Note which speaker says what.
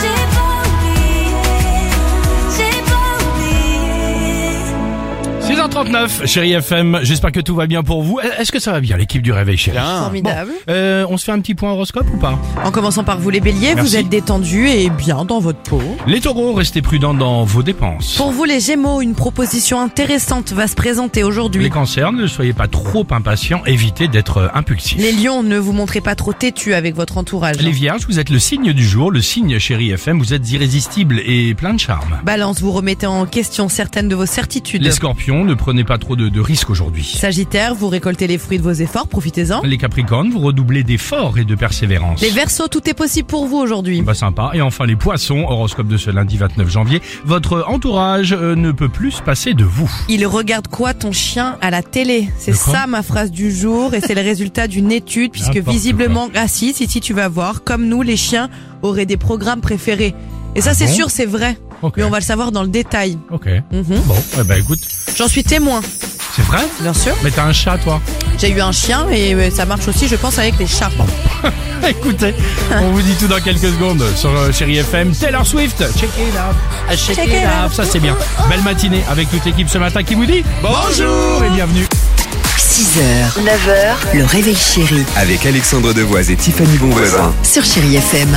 Speaker 1: J'ai pas oublié, j'ai pas oublié.
Speaker 2: 6h39, chérie FM, j'espère que tout va bien pour vous. Euh, Est-ce que ça va bien, l'équipe du Réveil Chérie
Speaker 3: Formidable.
Speaker 2: Bon, euh, on se fait un petit point horoscope ou pas
Speaker 3: En commençant par vous les béliers,
Speaker 2: Merci.
Speaker 3: vous êtes détendus et bien dans votre peau.
Speaker 2: Les taureaux, restez prudents dans vos dépenses.
Speaker 3: Pour vous les gémeaux, une proposition intéressante va se présenter
Speaker 2: Les
Speaker 3: aujourd'hui.
Speaker 2: cancers, ne soyez pas trop impatients, évitez d'être euh, impulsifs.
Speaker 3: Les lions, ne vous montrez pas trop têtu avec votre entourage.
Speaker 2: Les vierges, vous êtes le signe du jour, le signe chérie FM, vous êtes irrésistible et plein de charme.
Speaker 3: Balance, vous remettez en question certaines de vos certitudes.
Speaker 2: Les scorpions, ne prenez pas trop de, de risques aujourd'hui.
Speaker 3: Sagittaire, vous récoltez les fruits de vos efforts, profitez-en.
Speaker 2: Les capricornes, vous redoublez d'efforts et de persévérance.
Speaker 3: Les versos, tout est possible pour vous aujourd'hui.
Speaker 2: Bah sympa. Et enfin les poissons, horoscope de ce lundi 29 janvier, votre entourage euh, ne peut plus se passer de vous.
Speaker 3: Il regarde quoi ton chien à la télé C'est
Speaker 2: De quoi
Speaker 3: ça ma phrase du jour et c'est le résultat d'une étude puisque
Speaker 2: N'importe
Speaker 3: visiblement, ah si, si, si, tu vas voir, comme nous, les chiens auraient des programmes préférés. Et ça, c'est
Speaker 2: Ah bon
Speaker 3: sûr, c'est vrai.
Speaker 2: Ok.
Speaker 3: Mais on va le savoir dans le détail.
Speaker 2: Ok.
Speaker 3: Mhm.
Speaker 2: Bon, eh ben écoute,
Speaker 3: J'en suis témoin,
Speaker 2: c'est vrai
Speaker 3: bien sûr.
Speaker 2: Mais t'as un chat toi
Speaker 3: J'ai eu un chien et euh, ça marche aussi, je pense, avec les chats.
Speaker 2: Écoutez, on vous dit tout dans quelques secondes sur euh, Chéri FM. Taylor Swift, check it out. Ah, Check, it out. Ça c'est bien. Belle matinée avec toute l'équipe ce matin qui vous dit bonjour et bienvenue.
Speaker 4: 6h, 9h, le réveil chéri
Speaker 5: Avec Alexandre Devoise et Tiffany Bonvoisin.
Speaker 4: sur Chéri FM.